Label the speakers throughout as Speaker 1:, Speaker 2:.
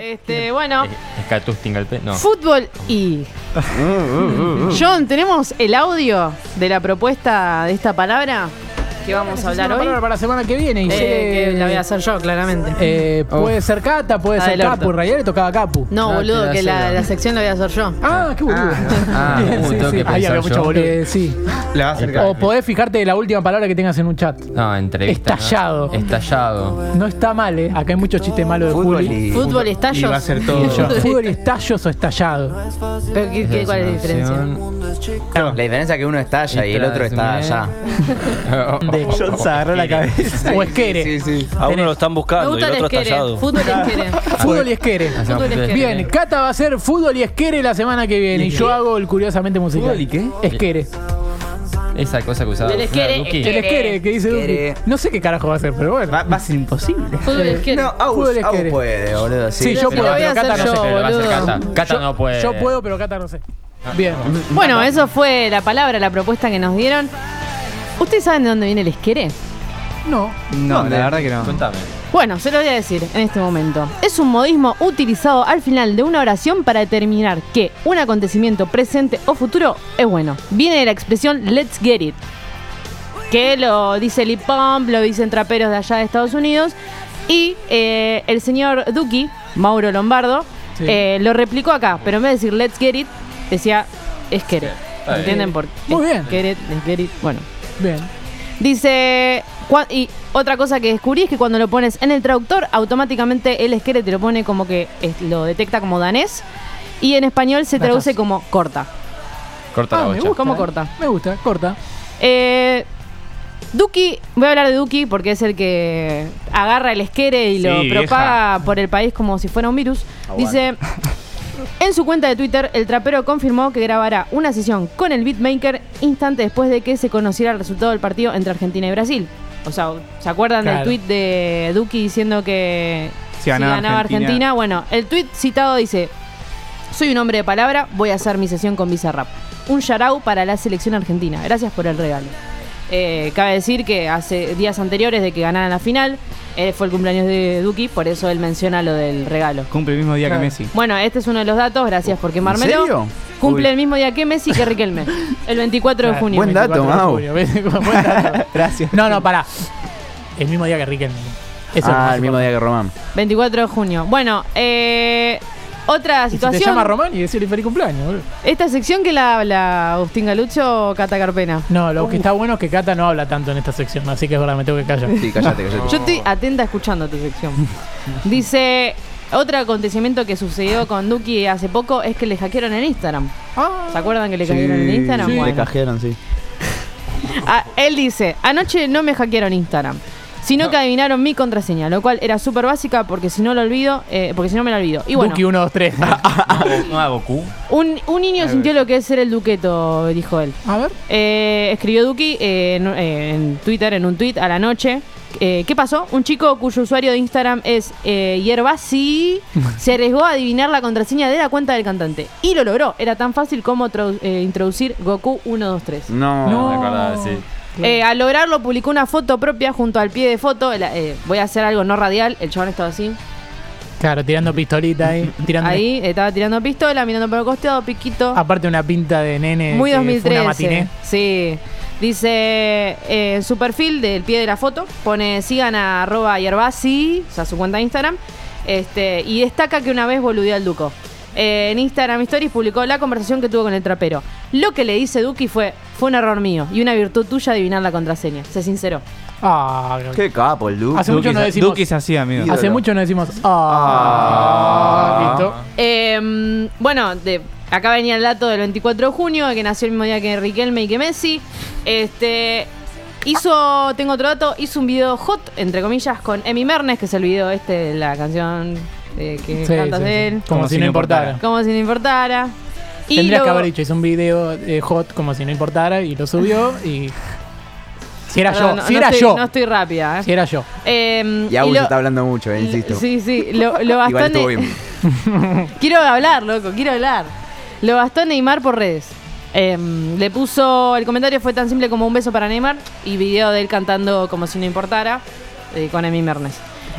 Speaker 1: Este, bueno.
Speaker 2: Escatus Tingalpe, Eh, no.
Speaker 1: Fútbol y. John, ¿tenemos el audio de la propuesta de esta palabra que vamos a hablar
Speaker 3: Una palabra
Speaker 1: hoy?
Speaker 3: para la semana que viene. Y
Speaker 1: Eh,
Speaker 3: se-
Speaker 1: que la voy a hacer yo, claramente.
Speaker 3: Eh, puede ser Cata, puede
Speaker 1: La
Speaker 3: ser
Speaker 1: del orto.
Speaker 3: Capu. En realidad le tocaba Capu.
Speaker 1: No,
Speaker 4: Ah, te
Speaker 1: boludo,
Speaker 4: la
Speaker 1: que la,
Speaker 4: cedo.
Speaker 1: la sección la voy a hacer yo.
Speaker 3: Ah, qué boludo.
Speaker 2: Ah,
Speaker 3: Bien,
Speaker 2: uh,
Speaker 3: sí,
Speaker 2: tengo
Speaker 3: sí.
Speaker 2: que
Speaker 3: Ahí
Speaker 2: pensar
Speaker 3: había mucho
Speaker 2: yo.
Speaker 3: boludo. Eh, sí.
Speaker 4: La va a acercar.
Speaker 3: O podés fijarte la última palabra que tengas en un chat.
Speaker 2: No, entrevista. ¿no?
Speaker 3: Estallado.
Speaker 2: Estallado.
Speaker 3: No está mal, ¿eh? Acá hay muchos chistes malos de
Speaker 4: Fútbol
Speaker 3: Juli.
Speaker 4: y.
Speaker 1: Fútbol, estallos.
Speaker 4: Y va a ser
Speaker 3: Y yo,
Speaker 4: todo.
Speaker 3: Fútbol y estallos o estallado.
Speaker 1: Pero, ¿qué- qué- ¿Cuál es la diferencia?
Speaker 5: La diferencia es que uno estalla y el otro está allá.
Speaker 2: allá.
Speaker 4: John se agarró la cabeza.
Speaker 3: ¿eh? O esquere.
Speaker 5: Sí, sí.
Speaker 6: A uno lo están
Speaker 1: Me
Speaker 6: buscando y
Speaker 1: gusta
Speaker 6: el
Speaker 1: el
Speaker 6: otro está
Speaker 1: esquere.
Speaker 6: hallado.
Speaker 1: Fútbol esquere.
Speaker 3: Fútbol y esquere.
Speaker 1: Fútbol esquere.
Speaker 3: Bien, Cata va a hacer fútbol y esquere la semana que viene. Y yo hago el curiosamente musical.
Speaker 2: ¿Fútbol y qué?
Speaker 3: Esquere.
Speaker 2: Esa cosa que usaba.
Speaker 1: El esquere,
Speaker 2: Duki.
Speaker 3: El esquere, que dice
Speaker 5: Esquere.
Speaker 3: Duki. No sé qué carajo va a hacer, pero bueno.
Speaker 4: Va, va a ser imposible.
Speaker 1: Fútbol esquere.
Speaker 5: No, Agus,
Speaker 3: Fútbol es
Speaker 5: Agus
Speaker 3: querer.
Speaker 5: puede, boludo.
Speaker 3: Sí,
Speaker 1: Pero
Speaker 3: yo puedo,
Speaker 1: lo voy a
Speaker 3: pero Cata
Speaker 1: hacer
Speaker 3: no
Speaker 1: yo,
Speaker 3: sé,
Speaker 2: Pero lo va a hacer Cata.
Speaker 1: boludo.
Speaker 2: Cata no puede.
Speaker 3: Yo puedo, pero Cata no sé. Bien.
Speaker 1: Bueno, eso fue la palabra, la propuesta que nos dieron. ¿Ustedes saben de dónde viene el esquere?
Speaker 3: No.
Speaker 4: No, la verdad que no.
Speaker 2: Contame.
Speaker 1: Bueno, se lo voy a decir en este momento. Es un modismo utilizado al final de una oración para determinar que un acontecimiento presente o futuro es bueno. Viene de la expresión let's get it, que lo dice Lip Pump, lo dicen traperos de allá de Estados Unidos. Y eh, el señor Duki, Mauro Lombardo,
Speaker 3: Sí.
Speaker 1: eh, lo replicó acá, pero en vez de decir let's get it, decía es get it.
Speaker 2: bien.
Speaker 1: ¿Entienden por
Speaker 3: Muy
Speaker 1: es
Speaker 3: bien.
Speaker 1: get it, es get it. Bueno.
Speaker 3: Bien.
Speaker 1: Dice. cua- Y otra cosa que descubrí es que cuando lo pones en el traductor, automáticamente el esquere te lo pone como que es- lo detecta como danés. Y en español se
Speaker 3: Datas.
Speaker 1: traduce como corta.
Speaker 2: Corta
Speaker 3: Ah,
Speaker 2: la
Speaker 3: me
Speaker 2: bocha.
Speaker 3: gusta.
Speaker 1: ¿Cómo
Speaker 3: eh.
Speaker 1: corta?
Speaker 3: Me gusta, corta.
Speaker 1: Eh, Duki, voy a hablar de Duki porque es el que agarra el esquere y lo
Speaker 2: Sí,
Speaker 1: propaga por el país como si fuera un virus. Dice. En su cuenta de Twitter, el trapero confirmó que grabará una sesión con el beatmaker instante después de que se conociera el resultado del partido entre Argentina y Brasil. O sea, ¿se acuerdan
Speaker 3: Claro.
Speaker 1: del tweet de Duki diciendo que
Speaker 4: Si
Speaker 1: si
Speaker 4: ganaba
Speaker 1: ganaba, Argentina.
Speaker 4: Argentina-
Speaker 1: Bueno, el tweet citado dice: Soy un hombre de palabra, voy a hacer mi sesión con Bizarrap. Un yarau para la selección argentina. Gracias por el regalo. Eh, cabe decir que hace días anteriores de que ganaran la final, eh, fue el cumpleaños de Duki, por eso él menciona lo del regalo.
Speaker 4: Cumple el mismo día que Messi.
Speaker 1: Bueno, este es uno de los datos, gracias por quemármelo.
Speaker 5: serio?
Speaker 1: Cumple
Speaker 5: Uy.
Speaker 1: el mismo día que Messi y que Riquelme. El 24 de
Speaker 3: Ah,
Speaker 1: junio.
Speaker 5: Buen dato,
Speaker 3: 24 de
Speaker 5: Mau.
Speaker 3: junio, ¿ves? Buen dato.
Speaker 5: Gracias.
Speaker 3: No, no, pará. El mismo día que Riquelme. Eso
Speaker 5: ah,
Speaker 3: es
Speaker 5: el mismo día que Román.
Speaker 1: 24 de junio. Bueno, eh, otra
Speaker 3: Si te
Speaker 1: situación.
Speaker 3: llama Román y decirle feliz cumpleaños, boludo.
Speaker 1: Esta sección que la habla Agustín Galucho o Cata Carpena.
Speaker 3: No, lo que está bueno es que Cata no habla tanto en esta sección, así que es verdad, me tengo que callar.
Speaker 5: Sí, callate, callate.
Speaker 1: Yo estoy atenta escuchando tu sección. Dice, otro acontecimiento que sucedió con Duki hace poco es que le hackearon en Instagram. ¿Se acuerdan que le hackearon en Instagram?
Speaker 5: Sí,
Speaker 1: Bueno.
Speaker 5: le cajeron, sí.
Speaker 1: Ah, él dice, anoche no me hackearon Instagram, sino que adivinaron mi contraseña, lo cual era súper básica porque si no lo olvido, eh, porque si no me la olvido. Y bueno,
Speaker 3: Duki 1, 2, 3.
Speaker 2: No a Goku.
Speaker 1: un, un niño sintió lo que es ser el duqueto, dijo él.
Speaker 3: A ver.
Speaker 1: Eh, escribió Duki eh, en, eh, en Twitter, en un tweet a la noche. Eh, ¿Qué pasó? Un chico cuyo usuario de Instagram es eh, Yerbasi se arriesgó a adivinar la contraseña de la cuenta del cantante. Y lo logró. Era tan fácil como trau- eh, introducir Goku 123.
Speaker 5: No.
Speaker 3: No.
Speaker 2: Me acordaba, sí.
Speaker 1: Eh, al lograrlo publicó una foto propia junto al pie de foto. El- eh, voy a hacer algo no radial. El chabón estaba así.
Speaker 3: Claro, tirando pistolita ahí. Tirando
Speaker 1: Ahí estaba tirando pistola, mirando por el costeado, piquito.
Speaker 3: Aparte una pinta de nene.
Speaker 1: Muy
Speaker 3: que fue Una
Speaker 1: 2013.
Speaker 3: matiné.
Speaker 1: Sí. Dice eh, en su perfil del pie de la foto, pone sigan a arroba yerbasi, o sea, su cuenta de Instagram, este, y destaca que una vez boludeó al Duco. Eh, en Instagram Stories publicó la conversación que tuvo con el trapero. Lo que le dice Duki fue, fue un error mío y una virtud tuya adivinar la contraseña. Se sinceró.
Speaker 3: Ah,
Speaker 5: Qué capo el Duke.
Speaker 3: Hace mucho no decimos-
Speaker 4: Duki es así, amigo.
Speaker 3: Hace
Speaker 5: ídolo.
Speaker 3: mucho no decimos. Ah, listo.
Speaker 1: Eh, bueno, de- acá venía el dato del 24 de junio, de que nació el mismo día que Riquelme y que Messi. Este. Hizo, tengo otro dato, hizo un video hot, entre comillas, con Emi Mernes, que es el video este de la canción eh, que
Speaker 3: Sí,
Speaker 1: cantas
Speaker 3: sí, sí.
Speaker 1: de él.
Speaker 3: Como, si no importara.
Speaker 1: Como si no importara. Y
Speaker 3: Tendría que
Speaker 1: luego-
Speaker 3: haber dicho, hizo un video eh, hot como si no importara y lo subió y. Si era
Speaker 1: Perdón,
Speaker 3: yo,
Speaker 1: no,
Speaker 3: si
Speaker 1: no
Speaker 3: era
Speaker 1: estoy-
Speaker 3: yo.
Speaker 1: No estoy rápida. eh.
Speaker 3: Si era yo.
Speaker 1: Eh,
Speaker 5: Y Agus
Speaker 1: lo-
Speaker 5: está hablando mucho, eh, insisto.
Speaker 1: Sí, sí, lo, lo
Speaker 5: Igual
Speaker 1: bastante.
Speaker 5: estuvo bien.
Speaker 1: Quiero hablar, loco, quiero hablar. Lo bastó Neymar por redes. Em, le puso, el comentario fue tan simple como un beso para Neymar y video de él cantando como si no importara eh, con Emi Mernes.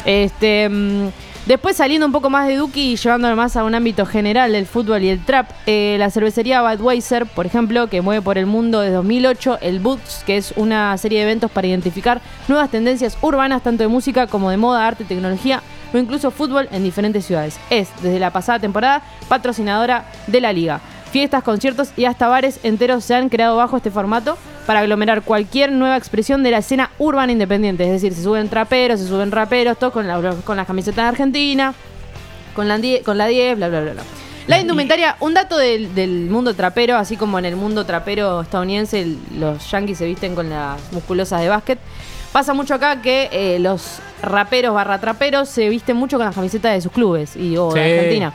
Speaker 1: Este, em, Después saliendo un poco más de Duki y llevándolo más a un ámbito general del fútbol y el trap, eh, la cervecería Budweiser, por ejemplo, que mueve por el mundo desde 2008, el Boots, que es una serie de eventos para identificar nuevas tendencias urbanas, tanto de música como de moda, arte, tecnología o incluso fútbol en diferentes ciudades. Es, desde la pasada temporada, patrocinadora de la liga. Fiestas, conciertos y hasta bares enteros se han creado bajo este formato para aglomerar cualquier nueva expresión de la escena urbana independiente. Es decir, se suben traperos, se suben raperos, todos con, la- con las camisetas de Argentina, con la, die- con la 10, bla, bla, bla, bla. La indumentaria, un dato del, del mundo trapero, así como en el mundo trapero estadounidense el- los yankees se visten con las musculosas de básquet, pasa mucho acá que eh, los raperos barra traperos se visten mucho con las camisetas de sus clubes y o de
Speaker 3: Sí.
Speaker 1: Argentina.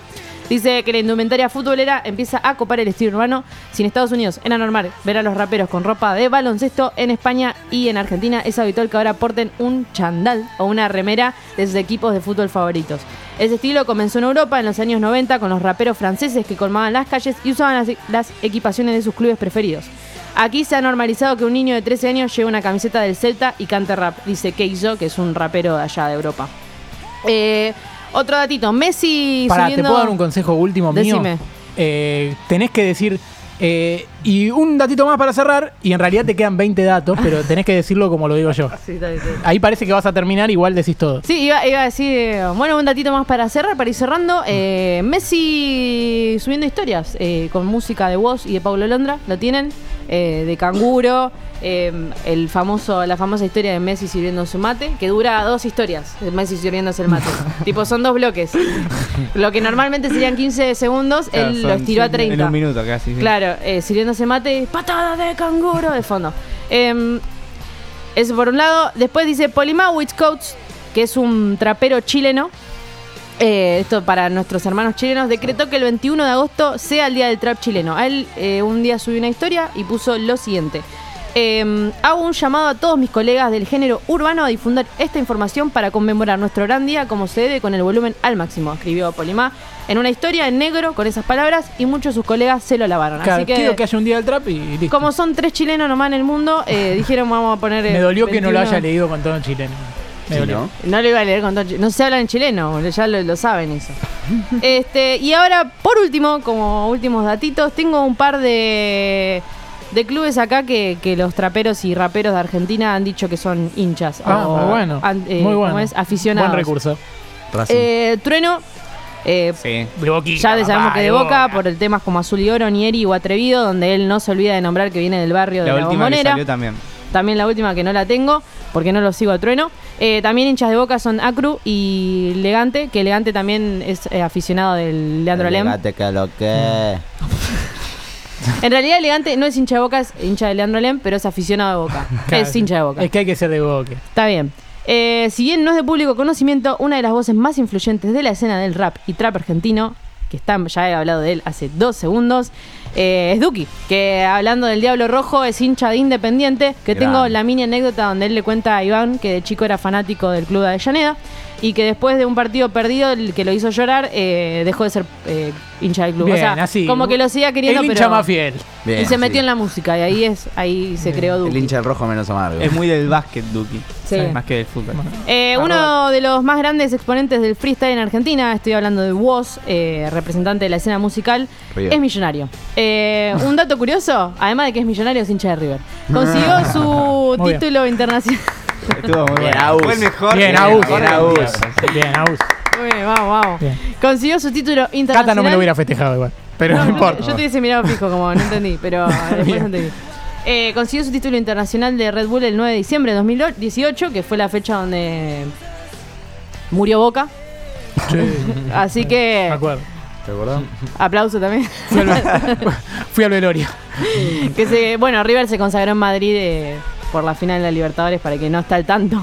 Speaker 1: Dice que la indumentaria futbolera empieza a copar el estilo urbano. Si en Estados Unidos era normal ver a los raperos con ropa de baloncesto, en España y en Argentina es habitual que ahora porten un chandal o una remera de sus equipos de fútbol favoritos. Ese estilo comenzó en Europa en los años 90 con los raperos franceses que colmaban las calles y usaban las, las equipaciones de sus clubes preferidos. Aquí se ha normalizado que un niño de 13 años lleve una camiseta del Celta y cante rap, dice Keizo, que es un rapero de allá de Europa. Eh, otro datito, Messi
Speaker 3: Pará,
Speaker 1: subiendo...
Speaker 3: ¿te puedo dar un consejo último
Speaker 1: Decime.
Speaker 3: mío? Eh, tenés que decir. eh, y un datito más para cerrar, y en realidad te quedan 20 datos, pero tenés que decirlo como lo digo yo.
Speaker 1: Sí, está bien, está bien.
Speaker 3: Ahí parece que vas a terminar, igual decís todo.
Speaker 1: Sí, iba, iba a decir, eh, bueno, un datito más para cerrar, para ir cerrando. Eh, Messi subiendo historias eh, con música de Woz y de Pablo Londra, lo tienen, eh, de Canguro, eh, el famoso, la famosa historia de Messi sirviéndose un mate, que dura dos historias, de Messi sirviéndose el mate. tipo, son dos bloques. Lo que normalmente serían 15 segundos,
Speaker 4: Claro,
Speaker 1: él
Speaker 4: son-
Speaker 1: lo estiró a
Speaker 4: En
Speaker 1: 30.
Speaker 4: un minuto casi. sí.
Speaker 1: Claro, eh, sirviéndose mate, patada de canguro de fondo. Em, eso por un lado. Después dice Polimawitz Coach, que es un trapero chileno. Eh, esto para nuestros hermanos chilenos. Decretó que el 21 de agosto sea el día del trap chileno. A él eh, un día subió una historia y puso lo siguiente. Em, hago un llamado a todos mis colegas del género urbano a difundir esta información para conmemorar nuestro gran día como se debe con el volumen al máximo, escribió Polimá en una historia en negro con esas palabras y muchos de sus colegas se lo lavaron.
Speaker 3: Claro,
Speaker 1: Así que,
Speaker 3: quiero que haya un día del trap y listo.
Speaker 1: como son tres chilenos nomás en el mundo, eh, dijeron vamos a poner...
Speaker 3: Me
Speaker 1: el
Speaker 3: dolió que no lo
Speaker 1: 21.
Speaker 3: haya leído con todo en chileno. Me
Speaker 5: Sí,
Speaker 3: dolió.
Speaker 5: ¿no?
Speaker 1: No lo iba a leer con todo chi- No se habla en chileno, boludo, ya lo, lo saben eso. este, y ahora, por último, como últimos datitos, tengo un par de, de clubes acá que, que los traperos y raperos de Argentina han dicho que son hinchas.
Speaker 3: Ah,
Speaker 1: o
Speaker 3: muy bueno.
Speaker 1: an- eh,
Speaker 3: muy
Speaker 1: ¿cómo
Speaker 3: bueno.
Speaker 1: es? aficionados.
Speaker 3: Buen recurso.
Speaker 2: Racing.
Speaker 1: Eh, Trueno, eh,
Speaker 4: Sí.
Speaker 3: De boquilla,
Speaker 1: ya le sabemos
Speaker 3: papá,
Speaker 1: que de boca, por el tema como Azul y Oro, Nieri o Atrevido, donde él no se olvida de nombrar que viene del barrio
Speaker 4: La
Speaker 1: de la
Speaker 4: última que
Speaker 1: bombonera.
Speaker 4: salió también.
Speaker 1: También la última que no la tengo, porque no lo sigo a trueno. Eh, también hinchas de boca son Acru y Legante, que Legante también es eh, aficionado del Leandro Alem.
Speaker 5: Fíjate que lo que.
Speaker 1: En realidad Legante no es hincha de boca, es hincha de Leandro Alem, pero es aficionado de boca.
Speaker 3: Claro.
Speaker 1: Es hincha de boca.
Speaker 3: Es que hay que ser de boca.
Speaker 1: Está bien. Eh, si bien no es de público conocimiento, una de las voces más influyentes de la escena del rap y trap argentino, que está, ya he hablado de él hace dos segundos, eh, es Duki, que hablando del Diablo Rojo es hincha de Independiente, que
Speaker 5: Grande.
Speaker 1: tengo la mini anécdota donde él le cuenta a Iván que de chico era fanático del Club de Avellaneda y que después de un partido perdido el que lo hizo llorar eh, dejó de ser eh, hincha del club.
Speaker 3: Bien,
Speaker 1: o sea,
Speaker 3: así.
Speaker 1: como que lo seguía queriendo,
Speaker 3: El hincha
Speaker 1: pero
Speaker 3: más fiel.
Speaker 5: Bien,
Speaker 1: y se
Speaker 5: sí.
Speaker 1: metió en la música y ahí es ahí se creó Duki.
Speaker 5: El hincha del rojo menos amargo.
Speaker 4: Es muy del básquet, Duki.
Speaker 1: Sí.
Speaker 4: Más que del fútbol.
Speaker 1: Eh, uno de los más grandes exponentes del freestyle en Argentina, estoy hablando de Woz, eh, representante de la escena musical,
Speaker 5: River.
Speaker 1: es millonario. Eh, un dato curioso, además de que es millonario, es hincha de River. Consiguió su
Speaker 3: Ah. Muy bien.
Speaker 1: título internacional.
Speaker 4: Estuvo muy
Speaker 5: Bien,
Speaker 4: bueno.
Speaker 5: Agus.
Speaker 4: Fue el mejor.
Speaker 3: Bien,
Speaker 4: el
Speaker 3: Agus.
Speaker 4: mejor
Speaker 5: Bien, Agus.
Speaker 3: Bien, Agus.
Speaker 1: Muy bien, vamos, vamos.
Speaker 3: Bien.
Speaker 1: Consiguió su título internacional.
Speaker 3: Cata no me lo hubiera festejado igual. Pero no,
Speaker 1: No, no,
Speaker 3: importa.
Speaker 1: Yo te hubiese mirado fijo, como no entendí, pero después entendí. Eh, consiguió su título internacional de Red Bull el 9 de diciembre de 2018, que fue la fecha donde murió Boca.
Speaker 3: Sí,
Speaker 1: Así
Speaker 3: me
Speaker 1: que
Speaker 3: acuerdo.
Speaker 5: ¿Te acordás?
Speaker 1: aplauso también.
Speaker 3: Fui al, fui al velorio.
Speaker 1: que se, bueno, River se consagró en Madrid eh, por la final de la Libertadores para que no está al tanto.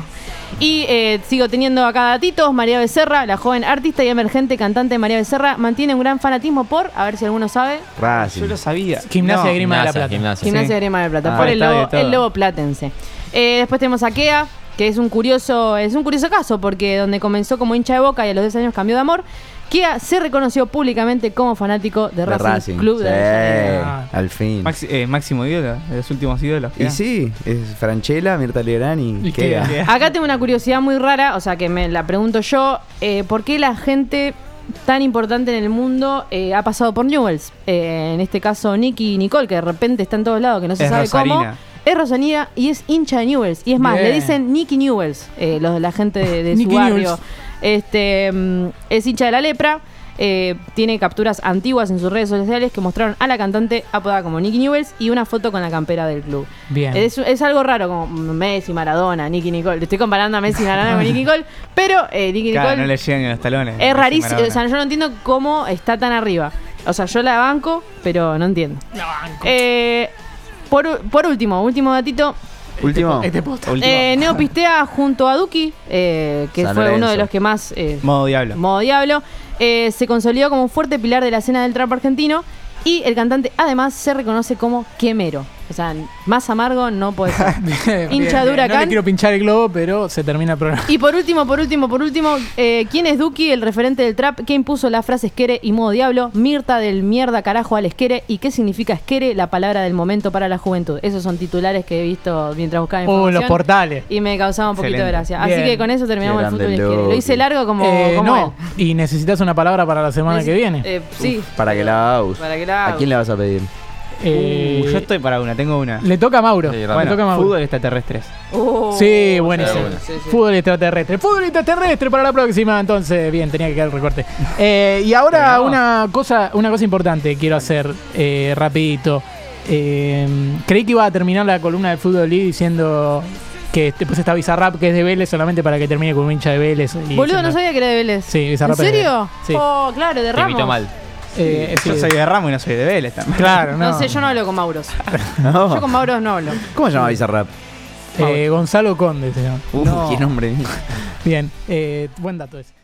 Speaker 1: Y eh, sigo teniendo acá datitos. María Becerra, la joven artista y emergente cantante María Becerra, mantiene un gran fanatismo por, a ver si alguno sabe,
Speaker 5: Racing.
Speaker 4: Yo lo sabía.
Speaker 3: Gimnasia de Grima de la
Speaker 2: Gimnasia,
Speaker 3: Plata.
Speaker 2: gimnasia.
Speaker 1: Gimnasia de Grima de Plata,
Speaker 4: Ah,
Speaker 1: por el
Speaker 4: está bien,
Speaker 1: lobo,
Speaker 4: todo.
Speaker 1: el lobo platense. Eh, después tenemos a Kea, que es un curioso, es un curioso caso, porque donde comenzó como hincha de boca y a los 10 años cambió de amor, que a- se reconoció públicamente como fanático de
Speaker 5: De
Speaker 1: Racing,
Speaker 5: Racing.
Speaker 1: Club de
Speaker 5: Sí,
Speaker 1: Avellaneda.
Speaker 3: Avellaneda.
Speaker 5: Al fin.
Speaker 4: Maxi- eh, máximo ídolo, de los últimos ídolos.
Speaker 5: Y sí, es Franchella, Mirta Legrand y,
Speaker 3: Y
Speaker 5: Kea.
Speaker 3: Kea.
Speaker 1: Acá tengo una curiosidad muy rara, o sea que me la pregunto yo, eh, ¿por qué la gente tan importante en el mundo eh, ha pasado por Newells? Eh, en este caso Nicky y Nicole, que de repente está en todos lados, que no se
Speaker 4: Es
Speaker 1: sabe cómo.
Speaker 4: rosarina.
Speaker 1: Es Rosanira y es hincha de Newells. Y es más, le
Speaker 3: Bien.
Speaker 1: dicen Nicky Newells, eh, los de la gente de, de su
Speaker 3: Nicky
Speaker 1: barrio.
Speaker 3: Newell's.
Speaker 1: Este, mm, es hincha de la lepra. eh, tiene capturas antiguas en sus redes sociales que mostraron a la cantante apodada como Nicky Newells y una foto con la campera del club.
Speaker 3: Bien.
Speaker 1: Es, es algo raro, como Messi, Maradona, Nicky Nicole. Le estoy comparando a Messi Maradona con Nicky Nicole, pero eh, Nicky
Speaker 4: Claro, no
Speaker 1: Nicole
Speaker 4: le llegan ni los talones.
Speaker 1: es rarísimo.
Speaker 4: Maradona.
Speaker 1: O sea, yo no entiendo cómo está tan arriba. O sea, yo la banco, pero no entiendo. Eh, por, u- por último, último datito.
Speaker 5: Último.
Speaker 3: Este posta.
Speaker 4: Último.
Speaker 1: Eh, Neo Pistea junto a Duki, eh, que
Speaker 5: San
Speaker 1: fue uno de
Speaker 5: Lorenzo.
Speaker 1: los que más eh,
Speaker 4: Modo diablo.
Speaker 1: Modo Diablo. Eh, se consolidó como un fuerte pilar de la escena del trap argentino. Y el cantante además se reconoce como quemero. O sea, más amargo no puede ser.
Speaker 3: Bien,
Speaker 1: hincha de
Speaker 3: bien. No
Speaker 1: Huracán.
Speaker 3: le quiero pinchar el globo, pero se termina el programa.
Speaker 1: Y por último, por último, por último, eh, ¿quién es Duki, el referente del trap? ¿Qué impuso las frases Esquere y modo diablo? Mirta del mierda carajo al Esquere. ¿Y qué significa Esquere, la palabra del momento para la juventud? Esos son titulares que he visto mientras buscaba
Speaker 3: Oh,
Speaker 1: información.
Speaker 3: los portales.
Speaker 1: Y me causaba un poquito de
Speaker 4: Excelente.
Speaker 1: gracia. Así
Speaker 3: Bien.
Speaker 1: que con eso terminamos
Speaker 5: Qué
Speaker 1: el fútbol
Speaker 5: grande
Speaker 1: Esquere. Lo
Speaker 5: Duki.
Speaker 1: hice largo como,
Speaker 3: Eh,
Speaker 1: como
Speaker 3: no, y necesitas una palabra para la semana
Speaker 1: él.
Speaker 3: que viene.
Speaker 1: Eh, sí.
Speaker 5: Para que la hagas.
Speaker 1: Para que la
Speaker 5: ¿A quién le vas a pedir?
Speaker 3: Eh,
Speaker 4: Uh, yo estoy para una, tengo una.
Speaker 3: Le toca a Mauro.
Speaker 2: Sí,
Speaker 3: le
Speaker 2: bueno,
Speaker 3: toca a Mauro.
Speaker 4: Fútbol extraterrestres.
Speaker 1: Oh,
Speaker 3: Sí, buenísimo.
Speaker 2: bueno.
Speaker 1: sí, sí.
Speaker 3: Fútbol extraterrestre. Fútbol extraterrestre para la próxima. Entonces, bien, tenía que quedar el recorte. Eh, y ahora una cosa, una cosa importante quiero hacer eh, rapidito. Eh, creí que iba a terminar la columna del Fútbol League diciendo que después está Bizarrap, que es de Vélez, solamente para que termine con un hincha de Vélez. y
Speaker 1: Boludo,
Speaker 3: se-
Speaker 1: no sabía que era de Vélez.
Speaker 3: Sí,
Speaker 1: ¿En
Speaker 3: Bizarrap es de
Speaker 1: serio?
Speaker 3: Vélez. Sí.
Speaker 1: Oh, claro, de
Speaker 2: Te
Speaker 1: Ramos.
Speaker 2: invitó mal.
Speaker 3: Eh, sí. Eh,
Speaker 4: Yo soy de Ramos y no soy de Vélez también.
Speaker 3: Claro, no.
Speaker 1: No. sé, yo no hablo con Mauros.
Speaker 3: Oh.
Speaker 1: Yo con
Speaker 5: No.
Speaker 1: Mauros no hablo.
Speaker 5: ¿Cómo se llama Bizarrap?
Speaker 3: Eh, Gonzalo Conde se llama.
Speaker 5: Uh, qué nombre.
Speaker 3: Bien, eh, buen dato ese.